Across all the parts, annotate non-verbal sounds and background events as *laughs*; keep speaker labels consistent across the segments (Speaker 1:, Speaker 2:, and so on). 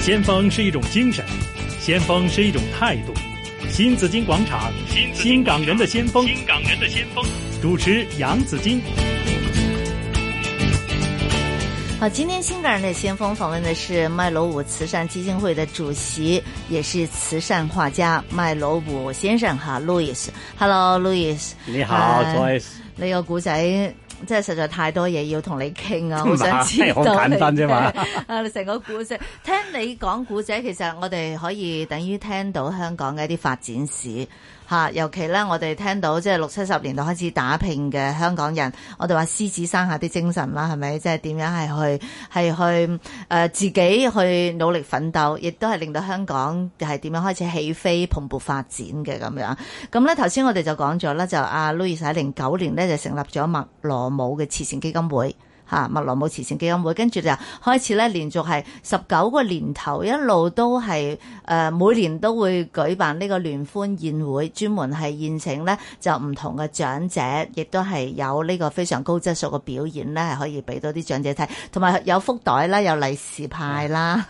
Speaker 1: 先锋是一种精神，先锋是一种态度。新紫金广场，新港人的先锋，
Speaker 2: 新港人的先锋。
Speaker 1: 主持杨紫金。
Speaker 3: 好，今天新港人的先锋访问的是麦罗武慈善基金会的主席，也是慈善画家麦罗武先生哈，Louis。Hello，Louis。呃
Speaker 4: 你好
Speaker 3: 係
Speaker 4: Joyce，
Speaker 3: 你個古仔即係實在太多嘢要同你傾
Speaker 4: *laughs*
Speaker 3: 啊！
Speaker 4: 唔
Speaker 3: 好想知
Speaker 4: 係
Speaker 3: 道
Speaker 4: 好簡單啫嘛
Speaker 3: 你嘅。 *laughs* 啊，你成個古仔，聽你講古仔，其實我哋可以等於聽到香港嘅一啲發展史。嚇，尤其咧，我哋聽到即係六七十年代開始打拼嘅香港人，我哋話獅子山下啲精神啦，係咪？即係點樣係去 *laughs* 係去誒、呃自己去努力奮鬥，亦都係令到香港係點樣開始起飛蓬勃發展嘅咁樣。咁咧，頭先我哋就講咗啦，就阿 Louis 喺零九年咧就成立咗麥羅姆嘅慈善基金會。嚇麥羅姆慈善基金會，跟住就開始咧，連續係十九個年頭，一路都係誒、呃每年都會舉辦呢個聯歡宴會，專門係宴請咧就唔同嘅長者，亦都係有呢個非常高質素嘅表演咧，係可以俾到啲長者睇，同埋有福袋啦，有利是派啦。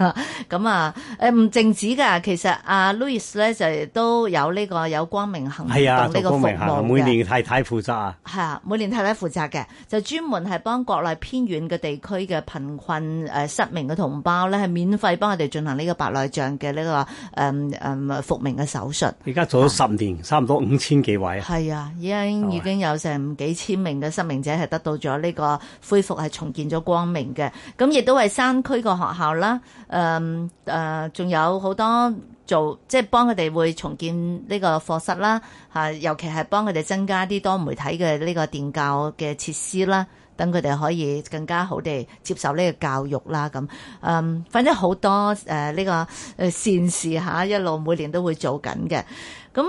Speaker 3: 咁啊，誒唔淨止㗎，其實阿 Louis 咧就都有呢個有光明行動
Speaker 4: 係啊，
Speaker 3: 呢
Speaker 4: 做
Speaker 3: 個服
Speaker 4: 公明
Speaker 3: 務
Speaker 4: 行，每
Speaker 3: 嘅
Speaker 4: 年太太負責啊，
Speaker 3: 係啊，每年太太負責嘅，就專門係幫國內偏遠嘅地區嘅貧困誒、呃失明嘅同胞咧，係免費幫佢哋進行呢個白內障嘅呢、個誒誒復明嘅手術。
Speaker 4: 而家做咗十年，差唔多五千幾位啊，
Speaker 3: 係啊，已經已經有成幾千名嘅失明者係得到咗呢個恢復，係重建咗光明嘅。咁亦都為山區個學校啦，誒、誒，仲、有好多做，即係幫佢哋會重建呢個課室啦，嚇、尤其係幫佢哋增加啲多媒體嘅呢個電教嘅設施啦。等佢哋可以更加好地接受呢個教育啦，咁嗯，反正好多呃誒呢、個誒善事嚇，一路每年都會做緊嘅。咁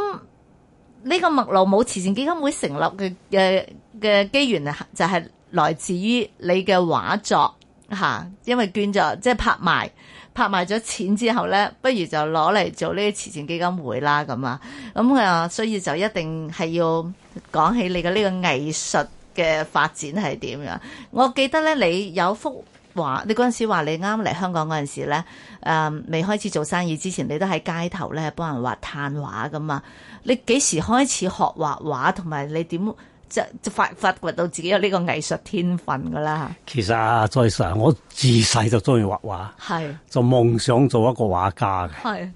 Speaker 3: 呢個麥羅姆慈善基金會成立嘅嘅嘅機緣啊，就係來自於你嘅畫作嚇、因為捐咗即係拍賣，拍賣咗錢之後咧，不如就攞嚟做呢啲慈善基金會啦咁啊，咁啊，所以就一定係要講起你嘅呢個藝術嘅發展係點樣。我記得咧，你有幅畫，你嗰陣時話你啱嚟香港嗰陣時咧，誒、呃未開始做生意之前，你都喺街頭咧幫人畫炭畫噶嘛。你幾時開始學畫畫，同埋你點就就發發掘到自己有呢個藝術天分噶啦？
Speaker 4: 其實啊，Joyce 啊我自細就中意畫畫，
Speaker 3: 係
Speaker 4: 就夢想做一個畫家嘅。
Speaker 3: 係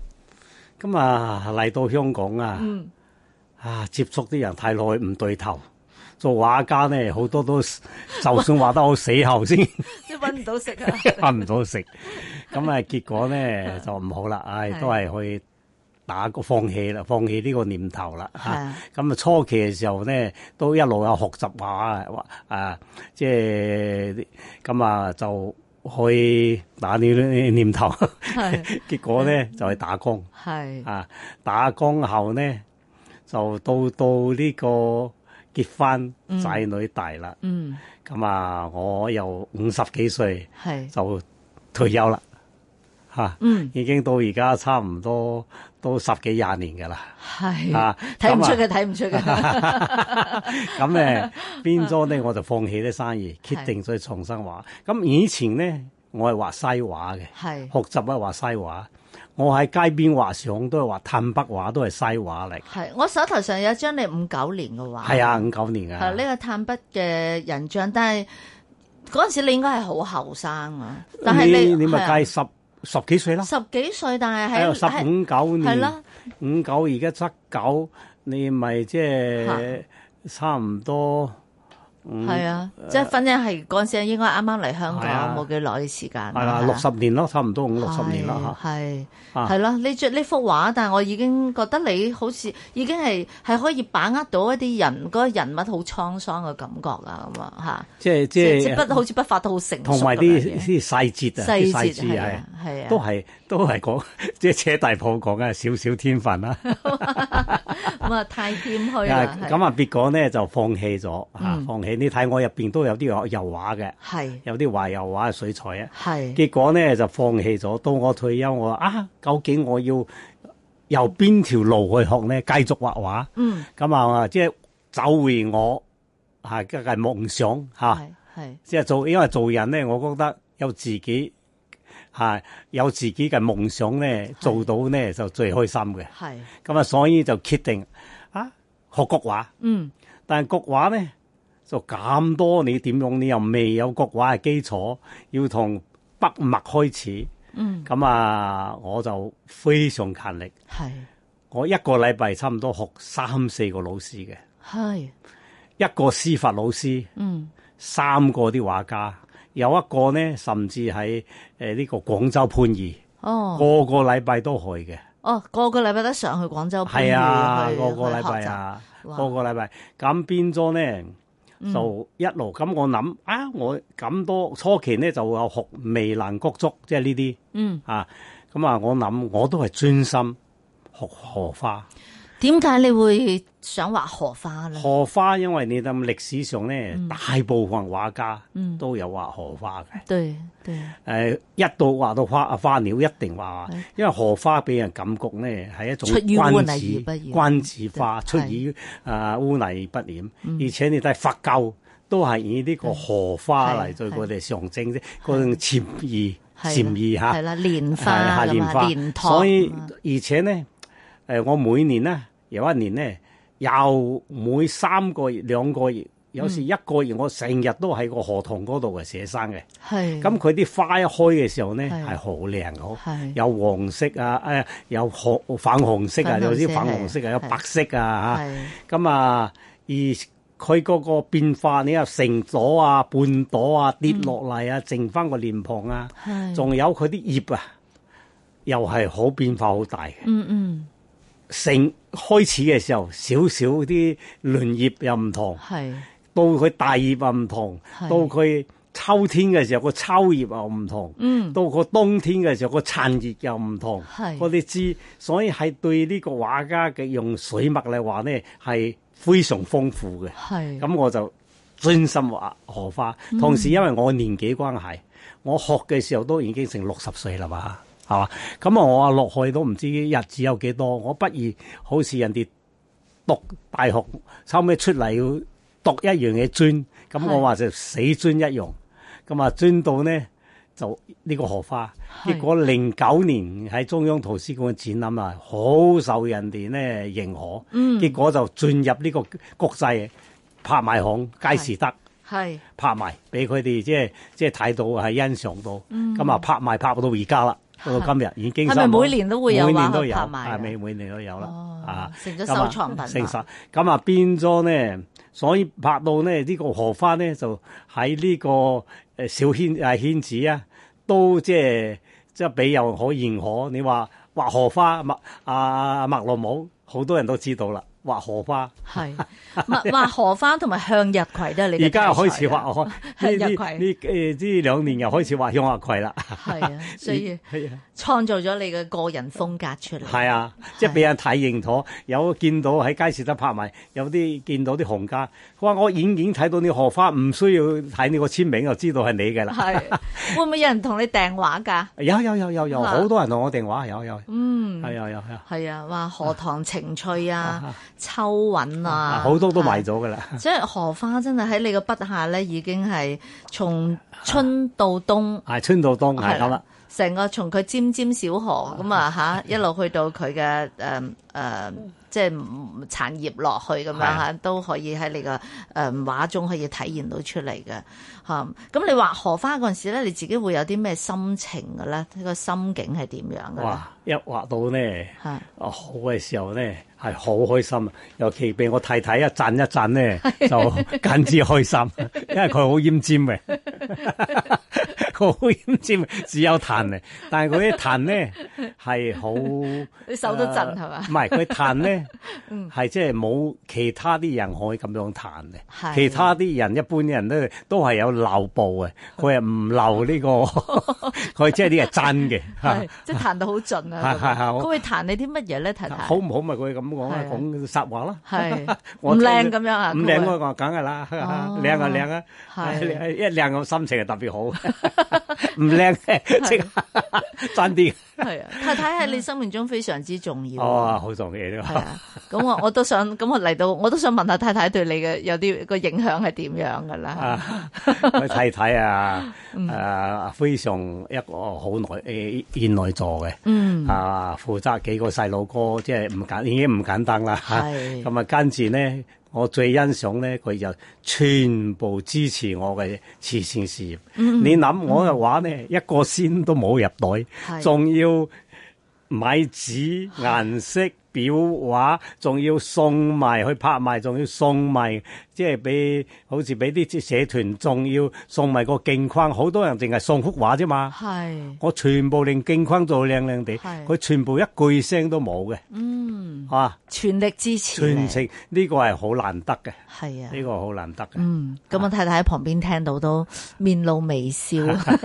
Speaker 4: 咁啊嚟到香港啊，
Speaker 3: 嗯
Speaker 4: 啊接觸啲人太耐唔對頭，做畫家咧好多都就算畫得好死後先 *laughs*
Speaker 3: 即係揾唔到食 *laughs* 啊！
Speaker 4: 揾唔到食，咁啊結果
Speaker 3: *laughs*
Speaker 4: 咧就唔好啦，唉、
Speaker 3: 係
Speaker 4: 都係去打個放棄啦，放棄呢個念頭啦
Speaker 3: 係啊
Speaker 4: 咁啊初期嘅時候咧，都一路有學習畫啊啊，即係咁啊就去打呢啲念頭， *laughs*
Speaker 3: 係
Speaker 4: 結果咧就去打工。
Speaker 3: 係
Speaker 4: 啊，打工後呢，就到到呢個結婚，仔女大啦，
Speaker 3: 嗯
Speaker 4: 咁、啊，我又五十幾歲
Speaker 3: 係
Speaker 4: 就退休啦，嚇、
Speaker 3: 嗯
Speaker 4: 已經到而家差唔多都十幾廿年㗎啦，
Speaker 3: 係
Speaker 4: 啊
Speaker 3: 睇唔
Speaker 4: 咁啊
Speaker 3: 出嘅，睇唔出
Speaker 4: *laughs*
Speaker 3: 嘅。
Speaker 4: 咁咧
Speaker 3: *laughs*
Speaker 4: 變咗
Speaker 3: 嗯
Speaker 4: 呢，我就放棄啲生意，決定再重新畫。咁以前呢，我係畫西畫嘅。
Speaker 3: 係
Speaker 4: 學習啊，畫西畫，我喺街邊畫相都係畫炭筆畫，都係西畫嚟。
Speaker 3: 係，我手頭上有一張你五九年嘅畫，
Speaker 4: 係啊，五九年啊。
Speaker 3: 係呢個炭筆嘅人像，但係嗰陣時你應該係好後生啊，但係
Speaker 4: 你
Speaker 3: 你
Speaker 4: 你咪
Speaker 3: 係啊
Speaker 4: 計十十幾歲啦，
Speaker 3: 十幾歲，但係
Speaker 4: 係
Speaker 3: 喺
Speaker 4: 啊，十五九
Speaker 3: 係
Speaker 4: 年
Speaker 3: 啦，
Speaker 4: 五九而家七九，你咪即係差唔多。嗯
Speaker 3: 係啊，即係反正係嗰陣時應該啱啱嚟香
Speaker 4: 係
Speaker 3: 港
Speaker 4: 啊
Speaker 3: 冇幾耐嘅時間，啊
Speaker 4: 係啦，六十年咯，差唔多五六十年啦
Speaker 3: 係係
Speaker 4: 啊
Speaker 3: 係啦，呢張呢幅畫，但係我已經覺得你好似已經係係可以把握到一啲人嗰個人物好滄桑嘅感覺啊，咁啊嚇，
Speaker 4: 嚇，即係即
Speaker 3: 即係不
Speaker 4: 係
Speaker 3: 好似不發到好成熟
Speaker 4: 同埋
Speaker 3: 咁樣
Speaker 4: 啲
Speaker 3: 嘢
Speaker 4: 啲細節啊，
Speaker 3: 細
Speaker 4: 啲
Speaker 3: 節
Speaker 4: 節
Speaker 3: 係
Speaker 4: 係
Speaker 3: 啊係啊，
Speaker 4: 都係都係講即係扯大炮講嘅少少天分啦。
Speaker 3: 咁啊太謙虛啦，係
Speaker 4: 咁啊，別講咧就放棄咗嚇
Speaker 3: 嗯，
Speaker 4: 放棄。你睇我入邊都有啲油油畫嘅，
Speaker 3: 係
Speaker 4: 有啲畫油畫水彩啊。
Speaker 3: 係
Speaker 4: 結果咧就放棄咗。到我退休，我話啊，究竟我要由邊條路去學咧？繼續畫畫。
Speaker 3: 嗯
Speaker 4: 咁啊，即係走回我嚇嘅夢想嚇，
Speaker 3: 係係
Speaker 4: 即係做，因為做人咧，我覺得有自己啊有自己嘅夢想咧，做到咧就最開心嘅。
Speaker 3: 係，
Speaker 4: 咁啊，所以就決定啊學國畫。
Speaker 3: 嗯，
Speaker 4: 但係國畫咧就咁多，你點用？你又未有國畫嘅基礎，要從筆墨開始。
Speaker 3: 嗯，
Speaker 4: 咁啊，我就非常勤力，
Speaker 3: 係，
Speaker 4: 我一個禮拜差唔多學三四個老師嘅，
Speaker 3: 係，
Speaker 4: 一個司法老師，
Speaker 3: 嗯，
Speaker 4: 三個啲畫家，有一個咧甚至喺誒呢個廣州番禺，
Speaker 3: 哦，
Speaker 4: 個個禮拜都去嘅。
Speaker 3: 哦，個個禮拜都上去廣州哦番禺
Speaker 4: 係啊，
Speaker 3: 去
Speaker 4: 個個禮
Speaker 3: 去
Speaker 4: 拜
Speaker 3: 學習
Speaker 4: 啊，
Speaker 3: 哇嗯
Speaker 4: 個個禮拜。咁變咗咧，就一路咁我諗啊，我咁多初期咧就有學微蘭谷竹，即係呢啲
Speaker 3: 嗯，
Speaker 4: 啊。咁啊，我諗我都係專心學荷花。
Speaker 3: 點解你會想畫荷花咧？
Speaker 4: 荷花因為你諗歷史上咧，大部分畫家
Speaker 3: 嗯
Speaker 4: 都有畫荷花嘅。
Speaker 3: 對對，
Speaker 4: 誒、一到畫到花花鳥一定畫
Speaker 3: 係，
Speaker 4: 因為荷花俾人感覺咧係一種
Speaker 3: 出於污泥
Speaker 4: 君子
Speaker 3: 而不
Speaker 4: 君
Speaker 3: 染
Speaker 4: 子花，出
Speaker 3: 對
Speaker 4: 於啊污泥不染，
Speaker 3: 嗯
Speaker 4: 而且你睇佛教都係以呢個荷花
Speaker 3: 係
Speaker 4: 嚟做
Speaker 3: 係
Speaker 4: 佢哋象徵啫，嗰種潛意
Speaker 3: 係啦
Speaker 4: 潛意嚇
Speaker 3: 係。啦，蓮
Speaker 4: 係
Speaker 3: 花
Speaker 4: 係
Speaker 3: 咁
Speaker 4: 蓮
Speaker 3: 啊，
Speaker 4: 花
Speaker 3: 蓮托，
Speaker 4: 所以
Speaker 3: 咁啊
Speaker 4: 而且咧，誒我每年咧有一年咧，又每三個月兩個月，有
Speaker 3: 嗯
Speaker 4: 時一個月我成日都喺個荷塘嗰度嘅寫生嘅。
Speaker 3: 係
Speaker 4: 咁佢啲花一開嘅時候咧，
Speaker 3: 嗯係
Speaker 4: 係好靚嘅好
Speaker 3: 係
Speaker 4: 有黃色啊，誒有紅粉紅色啊，
Speaker 3: 粉紅色
Speaker 4: 有啲粉紅色
Speaker 3: 係
Speaker 4: 啊，有白色啊
Speaker 3: 係
Speaker 4: 嚇。咁啊，而佢嗰個變化，你又成朵啊、半朵啊、跌落嚟啊，剩翻個蓮蓬啊。
Speaker 3: 嗯係
Speaker 4: 仲有佢啲葉啊，又係好變化好大嘅。
Speaker 3: 嗯嗯
Speaker 4: 成開始嘅時候少少啲嫩葉又唔同，
Speaker 3: 係
Speaker 4: 到佢大葉又唔同，
Speaker 3: 係
Speaker 4: 到佢秋天嘅時候個秋葉又唔同，
Speaker 3: 嗯
Speaker 4: 到個冬天嘅時候個殘葉又唔同。
Speaker 3: 係
Speaker 4: 我哋知，所以係對呢個畫家嘅用水墨嚟話咧係非常豐富嘅。
Speaker 3: 係
Speaker 4: 咁我就專心畫荷花。
Speaker 3: 嗯
Speaker 4: 同時因為我年紀關係，我學嘅時候都已經成六十歲啦嘛，係嘛？咁啊，我啊落去都唔知日子有幾多。我不如好似人哋讀大學，收尾出嚟要讀一樣嘢專，咁
Speaker 3: 係
Speaker 4: 我話就死專一樣。咁啊，專到呢，就呢個荷花。
Speaker 3: 係
Speaker 4: 結果零九年喺中央圖書館嘅展覽啊，好受人哋呢認可。
Speaker 3: 嗯
Speaker 4: 結果就進入呢個國際拍賣行佳士得
Speaker 3: 係
Speaker 4: 拍賣，俾佢哋即係即係睇到係欣賞到。咁啊、拍賣拍到而家啦，到
Speaker 3: *laughs*
Speaker 4: 今日已經
Speaker 3: 嗯係咪
Speaker 4: 收到
Speaker 3: 每年都會有
Speaker 4: 每
Speaker 3: 話
Speaker 4: 年都
Speaker 3: 去
Speaker 4: 有
Speaker 3: 拍賣㗎
Speaker 4: 係咪每年都有啦？
Speaker 3: 哦
Speaker 4: 啊，
Speaker 3: 成咗
Speaker 4: 咁啊
Speaker 3: 收藏品啦
Speaker 4: 成實咁啊，變咗咧，所以拍到咧呢、呢個荷花咧，就喺呢個誒小圈啊圈子啊，都即係即係俾人可認可。你話畫荷花麥啊麥樂舞，好多人都知道啦，畫荷花。
Speaker 3: 係畫畫荷花同埋向日葵都係你嘅
Speaker 4: 而家又
Speaker 3: 題材
Speaker 4: 開始
Speaker 3: 啊
Speaker 4: 畫
Speaker 3: *laughs*
Speaker 4: 荷，呢
Speaker 3: 向
Speaker 4: 呢
Speaker 3: 日
Speaker 4: 呢
Speaker 3: 葵
Speaker 4: 誒呢兩年又開始畫向日葵啦。
Speaker 3: 係啊， *laughs*
Speaker 4: *laughs*
Speaker 3: 所以
Speaker 4: 係啊。
Speaker 3: 創造咗你嘅個人風格出嚟。
Speaker 4: 係啊，即係俾人睇認妥。有見到喺街市得拍賣，有啲見到啲行家，佢話我遠遠睇到你荷花，唔需要睇你個簽名就知道係你嘅
Speaker 3: *laughs*
Speaker 4: 啦。 *laughs*
Speaker 3: 係會唔會有人同你訂畫㗎？
Speaker 4: 有有有有有，
Speaker 3: 啊
Speaker 4: 好多人同我訂話，有有
Speaker 3: 嗯，
Speaker 4: 係有有有，
Speaker 3: 係啊，話荷塘情趣 *laughs* 啊
Speaker 4: 啊，
Speaker 3: 秋韻啊，
Speaker 4: 好多都賣
Speaker 3: 係。
Speaker 4: 咗噶啦。
Speaker 3: 即係荷花真係喺你嘅筆下咧，已經係從春到冬。
Speaker 4: 係啊春到冬
Speaker 3: 啊
Speaker 4: 係咁啦，
Speaker 3: 成個從佢尖尖小河咁啊嚇， *laughs* 一路去到佢嘅誒誒，即係嗯殘葉落去咁樣
Speaker 4: 係
Speaker 3: 啊嚇，都可以喺你個誒畫中可以體現到出嚟嘅嚇。咁你畫荷花嗰陣時咧，你自己會有啲咩心情嘅咧？個心境係點樣嘅咧？
Speaker 4: 啊哇！一畫到咧
Speaker 3: 嚇
Speaker 4: 哦好嘅時候咧，係好開心。啊尤其俾我太太一讚一讚咧，就簡直開
Speaker 3: *laughs*
Speaker 4: 心，因為佢好奄尖嘅。 *laughs* 好奄尖，只有彈嚟，但係佢啲彈咧係好，
Speaker 3: 你手都震
Speaker 4: 呃
Speaker 3: 係嘛
Speaker 4: 唔
Speaker 3: 嗯
Speaker 4: 係佢彈
Speaker 3: *laughs*
Speaker 4: 咧，係即係冇其他啲人可以咁樣彈
Speaker 3: 係
Speaker 4: 嘅。其他啲人一般啲人都都係有漏步嘅，佢係唔漏呢
Speaker 3: *laughs*
Speaker 4: 個，佢即係 *laughs* 呢個係真嘅。
Speaker 3: 係即係彈到好盡啊！
Speaker 4: 係係係
Speaker 3: 咁
Speaker 4: 我
Speaker 3: 佢會彈你啲乜嘢咧？太太
Speaker 4: 好唔好咪佢咁講
Speaker 3: 係
Speaker 4: 啊
Speaker 3: 啊，
Speaker 4: 講實話啦。
Speaker 3: 係唔
Speaker 4: *laughs* 我
Speaker 3: 靚
Speaker 4: 聽
Speaker 3: 咁樣啊？
Speaker 4: 唔
Speaker 3: 佢
Speaker 4: 靚
Speaker 3: 會
Speaker 4: *laughs* 嗰個梗係啦，
Speaker 3: 哦
Speaker 4: 靚啊靚啊， *laughs*
Speaker 3: 係 *laughs*
Speaker 4: 一靚我心情就特別好。唔靚嘅， *laughs* 即刻爭啲。
Speaker 3: 系啊，太太喺你生命中非常之重要。
Speaker 4: 嗯哦，好重嘅呢
Speaker 3: 系
Speaker 4: 個。
Speaker 3: 啊，咁我我都想，咁我嚟到，我都想問下太太對你嘅有啲個影響係點樣噶 *laughs* 啦？
Speaker 4: 啊，我太太啊，
Speaker 3: 嗯
Speaker 4: 誒非常一個好耐呃誒賢內助嘅，
Speaker 3: 嗯，
Speaker 4: 啊負責幾個細路哥，即係唔簡已經唔簡單啦。
Speaker 3: 係
Speaker 4: 咁啊，跟住咧，我最欣賞咧，佢就全部支持我嘅慈善事業。
Speaker 3: 嗯
Speaker 4: 你諗我嘅話咧，一個仙都冇入袋，
Speaker 3: 係
Speaker 4: 仲要買紙顏色。表畫仲要送埋去拍賣，仲要送埋即係俾好似俾啲社團，仲要送埋個鏡框。好多人淨係送幅畫啫嘛，
Speaker 3: 係，
Speaker 4: 我全部令鏡框做靚靚地，
Speaker 3: 係
Speaker 4: 佢全部一句聲都冇嘅，
Speaker 3: 嗯，
Speaker 4: 啊！
Speaker 3: 全力支持你
Speaker 4: 全，程呢個係好難得嘅，呢、
Speaker 3: 係啊，
Speaker 4: 個好難得嘅，唔
Speaker 3: 嗯，咁我太太喺旁邊聽到都面露微
Speaker 4: *laughs*
Speaker 3: 笑， *laughs*
Speaker 4: 係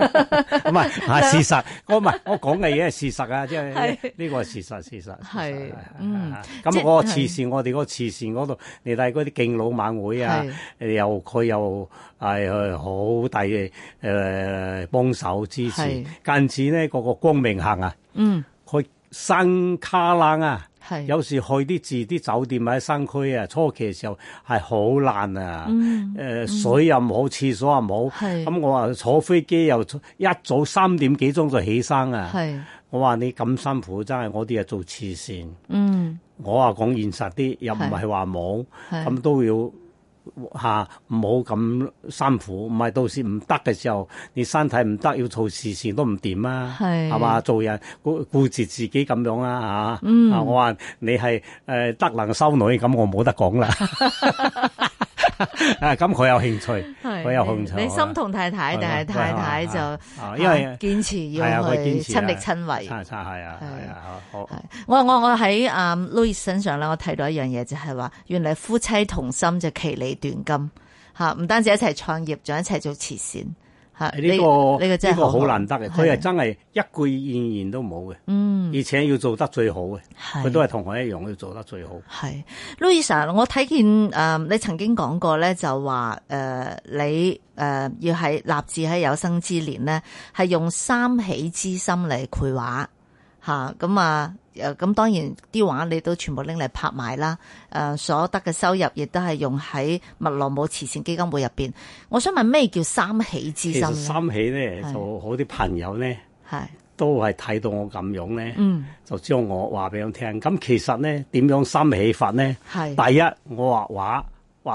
Speaker 4: 係事實。我唔係我講嘅嘢係事實啊，即係
Speaker 3: 係
Speaker 4: 呢個係事實，事實。事實
Speaker 3: 係嗯
Speaker 4: 啊
Speaker 3: 即
Speaker 4: 咁
Speaker 3: 係
Speaker 4: 我慈善，我哋個慈善嗰度，你睇嗰啲敬老晚會啊，又佢又係好大嘅誒幫手支持
Speaker 3: 係。
Speaker 4: 近次呢嗰個光明行啊，
Speaker 3: 嗯，
Speaker 4: 佢生卡冷啊。
Speaker 3: 係，
Speaker 4: 有時去啲字啲酒店或者山區啊，初期嘅時候係好爛啊，誒、
Speaker 3: 嗯
Speaker 4: 水又唔好，廁所又唔好，
Speaker 3: 係
Speaker 4: 咁我話坐飛機又一早三點幾鐘就起身啊，
Speaker 3: 係，
Speaker 4: 我話你咁辛苦真係，我哋係做慈善，
Speaker 3: 嗯，
Speaker 4: 我話講現實啲，又唔係話冇，
Speaker 3: 係
Speaker 4: 咁都要。吓唔好咁辛苦，唔係到時唔得嘅時候，你身體唔得，要做慈善都唔掂啊，
Speaker 3: 係
Speaker 4: 係嘛？做人顧顧住自己咁樣啦、啊、嚇。嗯、啊，我話你係誒、呃德能修女，咁我冇得講
Speaker 3: *laughs*
Speaker 4: 啦。 *laughs* 啊，咁佢有興趣，
Speaker 3: 係
Speaker 4: 佢有啊興趣。
Speaker 3: 你你心同太太，
Speaker 4: 係
Speaker 3: 但係
Speaker 4: 係
Speaker 3: 太太
Speaker 4: 係
Speaker 3: 就
Speaker 4: 啊因為
Speaker 3: 啊堅持
Speaker 4: 係啊
Speaker 3: 要
Speaker 4: 佢
Speaker 3: 去
Speaker 4: 堅持啊
Speaker 3: 親力親為。
Speaker 4: 差差係啊，係啊，好
Speaker 3: 係我我我喺啊 Louis 身上咧，我睇到一樣嘢就係話，原來夫妻同心就其利斷金吓，唔單止一齊創業，仲一齊做慈善吓。
Speaker 4: 呢、個
Speaker 3: 呢個真係
Speaker 4: 呢個好難得嘅，佢係
Speaker 3: 係
Speaker 4: 真係一句怨言都冇嘅，
Speaker 3: 嗯，
Speaker 4: 而且要做得最好嘅，佢
Speaker 3: 係
Speaker 4: 都係同我一樣要做得最好。
Speaker 3: 係 Louisa，我睇見誒、呃你曾經講過咧，就話誒、呃你誒、呃要喺立志喺有生之年咧，係用三喜之心嚟繪畫嚇，咁啊誒咁、當然啲畫你都全部拎嚟拍賣啦，誒、所得嘅收入亦都係用喺麥羅姆慈善基金會入邊。我想問咩叫三喜
Speaker 4: 其
Speaker 3: 之心
Speaker 4: 實
Speaker 3: 咧？
Speaker 4: 三喜咧，
Speaker 3: 啊係
Speaker 4: 就好啲朋友咧，
Speaker 3: 係
Speaker 4: 都係睇到我咁樣咧，
Speaker 3: 嗯
Speaker 4: 就將我話俾佢聽。咁其實咧，點樣三喜法咧？
Speaker 3: 係
Speaker 4: 第一，我畫畫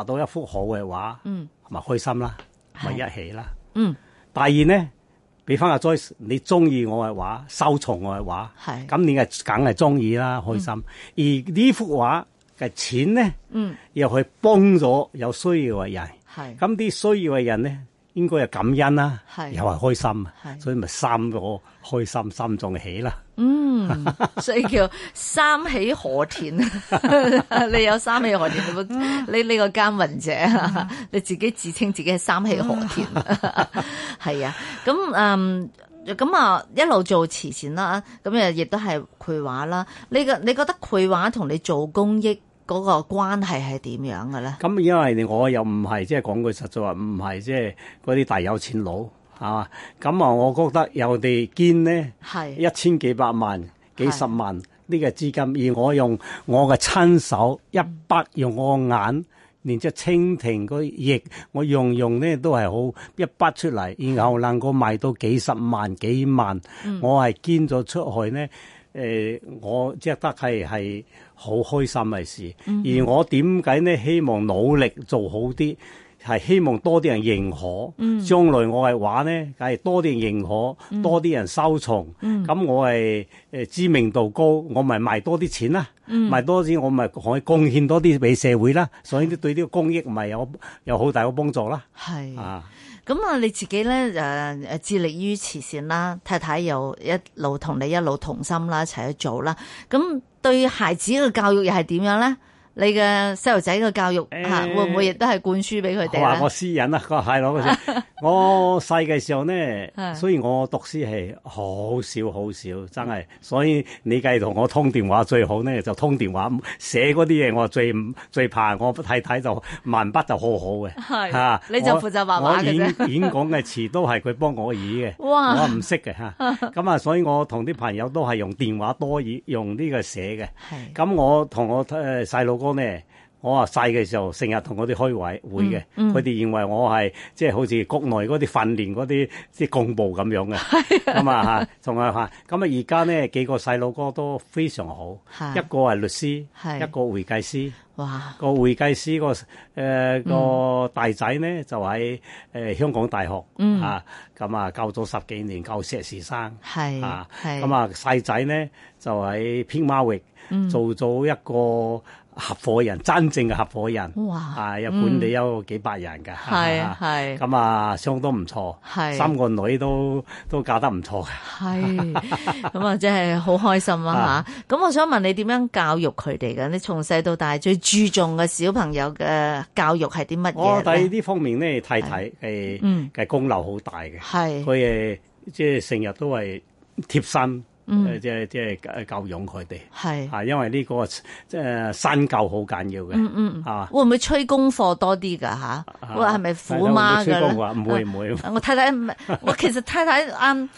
Speaker 4: 畫到一幅好嘅畫，
Speaker 3: 嗯
Speaker 4: 咪開心啦，咪
Speaker 3: 係
Speaker 4: 一起啦。
Speaker 3: 嗯
Speaker 4: 第二咧，俾翻阿 Joyce，你中意我嘅畫，收藏我嘅畫，
Speaker 3: 係
Speaker 4: 咁你係梗係中意啦，開心。而呢幅畫嘅錢咧，
Speaker 3: 嗯
Speaker 4: 又去幫咗有需要嘅人。
Speaker 3: 係
Speaker 4: 咁啲需要嘅人咧，應該係感恩啦
Speaker 3: 係，
Speaker 4: 又係開心啊
Speaker 3: 係，
Speaker 4: 所以咪三個開心心中起啦。
Speaker 3: 嗯， *laughs* 所以叫三喜何田。 *laughs* 你有三喜何田，你個你呢個耕耘者，你自己自稱自己係三喜何田， *laughs* 係啊。咁嗯，咁啊一路做慈善啦，咁啊亦都係繪畫啦。你個你覺得繪畫同你做公益嗰個關係係點樣嘅咧？
Speaker 4: 咁因為我又唔係即係講句實在話，唔係即係嗰啲大有錢佬係嘛。咁啊，我覺得有哋堅咧
Speaker 3: 係
Speaker 4: 一千幾百萬、幾十
Speaker 3: 係
Speaker 4: 萬呢個資金，而我用我嘅親手一筆用我個眼。連隻蜻蜓個翼，我用用咧都係好一筆出嚟，然後能夠賣到幾十萬幾萬，我係捐咗出去咧。誒、呃我即係得係係好開心嘅事。而我點解咧希望努力做好啲，係希望多啲人認可。將來我係畫咧，梗係多啲人認可，多啲人收藏。咁、我係誒知名度高，我咪賣多啲錢啦。賣多啲，我咪可以貢獻多啲俾社會啦。所以呢對呢個公益咪有有好大嘅幫助啦。
Speaker 3: 係。
Speaker 4: 啊！
Speaker 3: 咁啊，你自己呃咧誒誒致力於慈善啦，太太又一路同你一路同心啦，一齊去做啦。咁對孩子嘅教育又係點樣咧？你嘅細路仔嘅教育
Speaker 4: 誒
Speaker 3: 吓，會唔會亦都係灌輸俾佢哋
Speaker 4: 話
Speaker 3: 咧
Speaker 4: 我？私隱啊，個係咯，嗰
Speaker 3: *laughs*
Speaker 4: 時我細嘅時候咧
Speaker 3: 係，
Speaker 4: 所以我讀書係好少好少，真係。所以你繼續同我通電話最好咧，就通電話寫嗰啲嘢，我最唔最怕。我太太就文筆就好好嘅，
Speaker 3: 係
Speaker 4: 嚇
Speaker 3: 你就
Speaker 4: 我
Speaker 3: 負責畫畫嘅啫
Speaker 4: *laughs* 我演演講嘅詞都係佢幫我演嘅，
Speaker 3: *laughs* 哇
Speaker 4: 我唔識嘅嚇。咁啊，所以我同啲朋友都係用電話多演，用呢個寫嘅。
Speaker 3: 係
Speaker 4: 咁我同我誒細佬哥咧，我話細嘅時候成日同嗰啲開委會嘅，佢哋認為我係即係好似國內嗰啲訓練嗰啲即係幹部咁樣嘅，咁啊嚇，同埋嚇，咁啊而家咧幾個細佬哥都非常好，
Speaker 3: 係
Speaker 4: 一個係律師，
Speaker 3: 係
Speaker 4: 一個會計師。
Speaker 3: 哇，
Speaker 4: 個會計師個誒個大仔咧就喺誒香港大學啊，咁啊教咗十幾年，教碩士生。
Speaker 3: 係
Speaker 4: 啊，
Speaker 3: 係
Speaker 4: 咁啊細仔咧就喺編馬域做咗一個合夥人，真正嘅合夥人，
Speaker 3: 哇
Speaker 4: 啊有管理有幾百人㗎，
Speaker 3: 係
Speaker 4: 啊
Speaker 3: 係
Speaker 4: 咁啊相當唔錯，
Speaker 3: 係
Speaker 4: 三個女都都嫁得唔錯嘅。
Speaker 3: 係咁啊，真係好開心啦
Speaker 4: 啊
Speaker 3: 吓！咁我想問你點樣教育佢哋嘅？你從細到大最注重嘅小朋友嘅教育係啲乜
Speaker 4: 我
Speaker 3: 嘢
Speaker 4: 睇
Speaker 3: 咧？
Speaker 4: 呢方面咧，太太係
Speaker 3: 嗯
Speaker 4: 嘅功勞好大嘅，
Speaker 3: 係
Speaker 4: 佢誒即係成日都係貼身，誒即係即係教養佢哋。
Speaker 3: 係
Speaker 4: 啊，因為呢、個即係身教好緊要嘅，嗯嗯，啊，
Speaker 3: 會唔會催功課多啲㗎吓？
Speaker 4: 啊
Speaker 3: 哇，係咪虎媽
Speaker 4: 但係我冇
Speaker 3: 㗎咧
Speaker 4: 吹過？話唔
Speaker 3: *laughs*
Speaker 4: 會唔會。
Speaker 3: 啊我太太唔係，我其實太太啱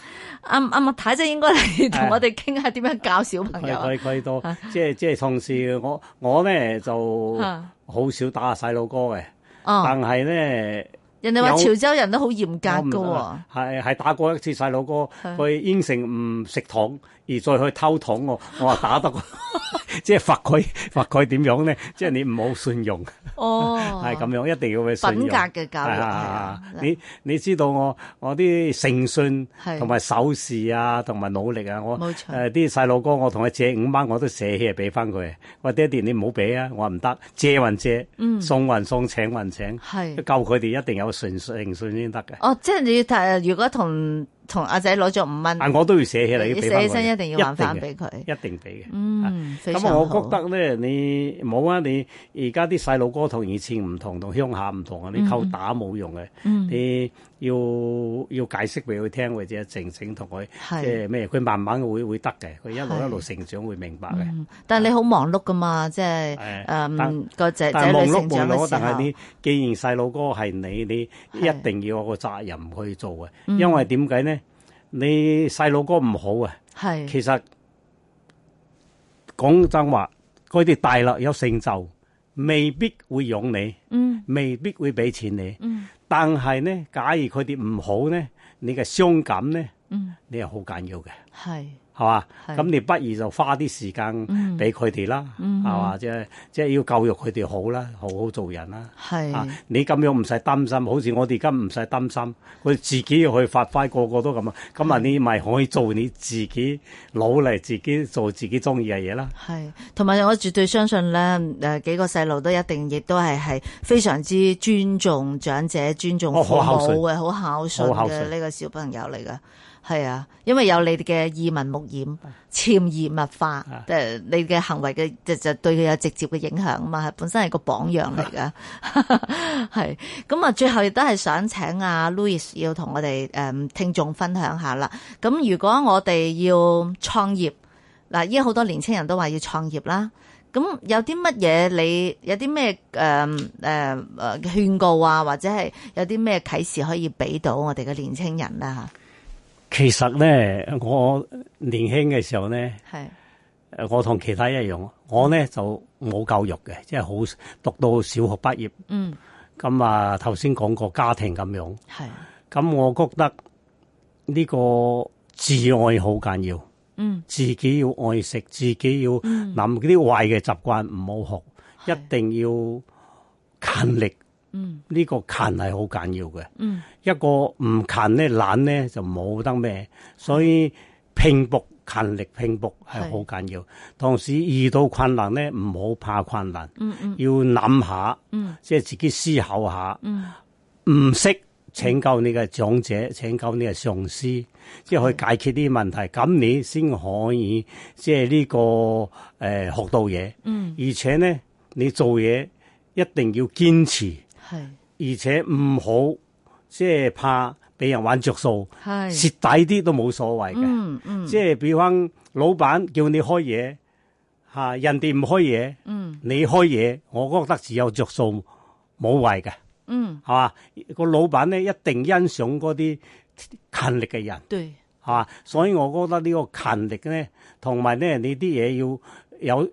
Speaker 3: 啱啱麥太姐應該嚟同我哋傾下點樣教小朋
Speaker 4: 佢
Speaker 3: 友啊。
Speaker 4: 佢佢都即係即係同事，我我咧就
Speaker 3: 啊
Speaker 4: 好少打細路哥嘅，
Speaker 3: 哦，
Speaker 4: 但係咧
Speaker 3: 人哋話
Speaker 4: 有
Speaker 3: 潮州人都好嚴格
Speaker 4: 我唔啊
Speaker 3: 㗎
Speaker 4: 係
Speaker 3: 喎。
Speaker 4: 係打過一次細路哥，
Speaker 3: 係
Speaker 4: 佢應承唔食糖，而再去偷糖我，我話打得過， *laughs* 即係罰佢罰佢點樣咧？即係你唔好信用。
Speaker 3: 哦，
Speaker 4: *laughs* 係咁樣，一定要嘅信用
Speaker 3: 品格嘅教育
Speaker 4: 係
Speaker 3: 係
Speaker 4: 啊
Speaker 3: 啊
Speaker 4: 係啊你你知道我我啲誠信
Speaker 3: 係
Speaker 4: 同埋守時啊，同埋努力啊，我
Speaker 3: 冇錯
Speaker 4: 誒啲細路哥，我同佢借五蚊，我都捨棄俾翻佢。我話爹哋你唔好俾啊，我話唔得，借還借，送還送，請還請，
Speaker 3: 嗯係
Speaker 4: 救佢哋一定有誠信誠信先得嘅。
Speaker 3: 哦，即係你要睇，如果同同阿仔攞咗五蚊，
Speaker 4: 啊但我都要捨棄嚟，要俾返
Speaker 3: 你
Speaker 4: 佢
Speaker 3: 寫起身一定要還翻
Speaker 4: 一定
Speaker 3: 俾佢。
Speaker 4: 嘅一定俾嘅。
Speaker 3: 嗯，非常
Speaker 4: 咁啊
Speaker 3: 好。
Speaker 4: 我覺得咧，你冇啊！你而家啲細路哥同以前唔同，同鄉下唔同啊！
Speaker 3: 嗯
Speaker 4: 你靠打冇用嘅，你要要解釋俾佢聽，或者靜靜同佢
Speaker 3: 係
Speaker 4: 即係咩？佢慢慢會會得嘅，佢一路
Speaker 3: 係嗯
Speaker 4: 一路成長會明白嘅。
Speaker 3: 但係你好忙碌噶嘛，即係
Speaker 4: 係
Speaker 3: 誒
Speaker 4: 但
Speaker 3: 個仔
Speaker 4: 但
Speaker 3: 仔
Speaker 4: 係忙
Speaker 3: 女
Speaker 4: 碌
Speaker 3: 成長
Speaker 4: 忙
Speaker 3: 嘅
Speaker 4: 碌，
Speaker 3: 時
Speaker 4: 但係
Speaker 3: 候
Speaker 4: 你，既然細路哥係你，你一
Speaker 3: 係嗯
Speaker 4: 定要有個責任去做嘅，因為點解咧？你細路哥唔好啊！
Speaker 3: 係
Speaker 4: 其實講真話，佢哋大啦有成就，未必會養你，
Speaker 3: 嗯
Speaker 4: 未必會俾錢你。
Speaker 3: 嗯
Speaker 4: 但係呢，假如佢哋唔好呢，你嘅傷感呢，
Speaker 3: 嗯
Speaker 4: 你係好緊要嘅，
Speaker 3: 係
Speaker 4: 係嘛？
Speaker 3: 係
Speaker 4: 咁你不如就花啲時間俾佢哋啦，係嘛？即係即係要教育佢哋好啦，好好做人啦。啊
Speaker 3: 係！
Speaker 4: 你咁樣唔使擔心，好似我哋而家唔使擔心，佢自己要去發揮，個個都咁啊。咁啊，你咪可以做你自己努力，自己做自己中意嘅嘢啦。
Speaker 3: 係，同埋我絕對相信咧，誒幾個細路都一定亦都係係非常之尊重長者、尊重
Speaker 4: 哦
Speaker 3: 父母
Speaker 4: 好孝
Speaker 3: 嘅，好孝順
Speaker 4: 好孝
Speaker 3: 嘅
Speaker 4: 順
Speaker 3: 呢個小朋友嚟噶。係啊，因為有你哋嘅耳聞目染、潛移默化，誒、你嘅行為嘅就就對佢有直接嘅影響啊嘛，係本身係個榜樣嚟噶。 *laughs* 係咁啊，最後亦都係想請阿 Louis 要同我哋誒、嗯、聽眾分享下啦。咁如果我哋要創業，嗱，依家好多年青人都話要創業啦。咁有啲乜嘢你有啲咩誒誒誒勸告啊，或者係有啲咩啟示可以俾到我哋嘅年青人啊啦？
Speaker 4: 其實咧，我年輕嘅時候咧，
Speaker 3: 吓，係
Speaker 4: 誒我同其他一樣，我咧就冇教育嘅，即係好讀到小學畢業。
Speaker 3: 嗯
Speaker 4: 咁啊，頭先講過家庭咁樣，
Speaker 3: 係
Speaker 4: 咁我覺得呢個自愛好緊要。
Speaker 3: 嗯
Speaker 4: 自己要愛惜，自己要諗嗰啲壞嘅習慣唔好學，
Speaker 3: 係
Speaker 4: 一定要勤力。
Speaker 3: 嗯
Speaker 4: 呢、個勤係好緊要嘅。
Speaker 3: 嗯
Speaker 4: 一個唔勤咧懶咧就冇得咩，所以拼搏、勤力拼搏係好緊要。同時遇到困難咧，唔好怕困難，要諗下，即係自己思考下。
Speaker 3: 嗯
Speaker 4: 唔識請教你嘅長者，請教你嘅上司，即係去解決呢啲問題，咁你先可以即係呢、個誒、呃、學到嘢。嗯，而且咧，你做嘢一定要堅持，
Speaker 3: 係
Speaker 4: 而且唔好即係怕俾人玩着數，蝕
Speaker 3: 係，
Speaker 4: 底啲都冇所謂嘅。
Speaker 3: 嗯嗯
Speaker 4: 即係比方老闆叫你開嘢嚇、人哋唔開嘢，
Speaker 3: 嗯
Speaker 4: 你開嘢，我覺得只有着數冇謂嘅，
Speaker 3: 嗯，
Speaker 4: 係嘛？個老闆咧一定欣賞嗰啲勤力嘅人。
Speaker 3: 對，
Speaker 4: 係嘛？所以我覺得呢個勤力咧，同埋咧你啲嘢要有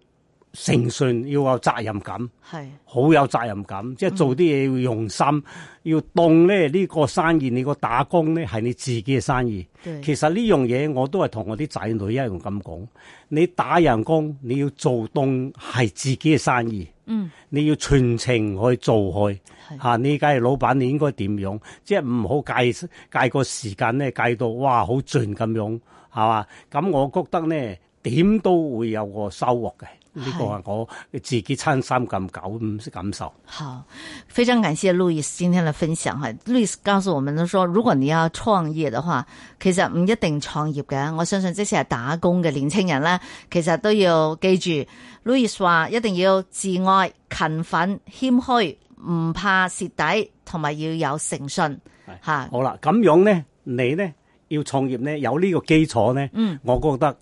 Speaker 4: 誠信，要有責任感，
Speaker 3: 係
Speaker 4: 好有責任感，即係做啲嘢要用心，
Speaker 3: 嗯
Speaker 4: 要當咧呢個生意，你個打工咧係你自己嘅生意。
Speaker 3: 對，
Speaker 4: 其實呢樣嘢我都係同我啲仔女一樣咁講，你打人工你要做當係自己嘅生意，
Speaker 3: 嗯
Speaker 4: 你要全程去做去。
Speaker 3: 係
Speaker 4: 嚇、你梗係老闆，你應該點樣？即係唔好計計個時間咧，計到哇好盡咁樣，係嘛？咁我覺得咧，點都會有個收穫嘅。呢個係我自己親身咁久咁感受。
Speaker 3: 好，非常感谢路易斯今天的分享哈。路易斯告诉我们都说，如果你要创业的话，其實唔一定創業嘅。我相信即使係打工嘅年青人咧，其實都要記住，Louis 話一定要自愛、勤奮、謙虛，唔怕蝕底，同埋要有誠信
Speaker 4: 係
Speaker 3: 吓。
Speaker 4: 好啦，咁樣咧，你咧要創業咧，有呢個基礎咧，
Speaker 3: 嗯，
Speaker 4: 我覺得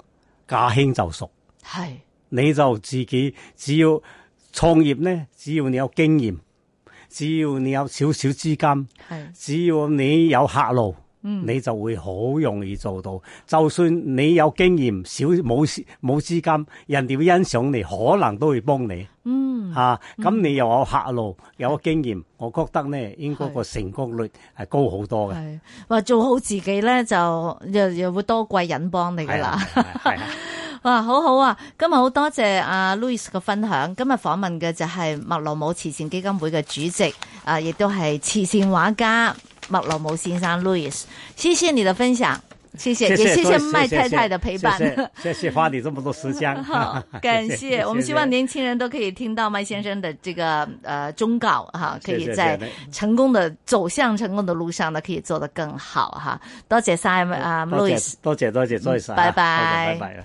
Speaker 4: 駕輕就熟，
Speaker 3: 係
Speaker 4: 你就自己只要創業咧，只要你有經驗，只要你有少少資金。
Speaker 3: 係
Speaker 4: 只要你有客路，
Speaker 3: 嗯
Speaker 4: 你就會好容易做到。就算你有經驗少冇冇資金，人哋會欣賞你，可能都會幫你
Speaker 3: 嗯
Speaker 4: 嚇。咁、你又有客路，有經驗，我覺得咧應該個成功率係高好多嘅。
Speaker 3: 係話做好自己咧，就又又會多貴人幫你噶
Speaker 4: 係
Speaker 3: 啦
Speaker 4: 啦。，係啦。
Speaker 3: 哇，好好啊！今日好多謝阿 Louis 嘅分享。今日訪問嘅就係麥路姆慈善基金會嘅主席，啊，亦都係慈善畫家麥路姆先生 Louis。謝謝你的分享，謝謝，也謝謝麥太太的陪伴。
Speaker 4: 謝謝謝謝花你這麼多時間。
Speaker 3: *laughs* 好，感謝。我們希望年輕人都可以聽到麥先生的這個呃忠告哈，可以在成功的走向成功的路上呢，可以做得更好哈。多謝晒啊
Speaker 4: 多
Speaker 3: Louis 嗯
Speaker 4: 謝。多謝多謝，多謝晒啊
Speaker 3: 拜
Speaker 4: 拜
Speaker 3: 拜
Speaker 4: 拜拜。啊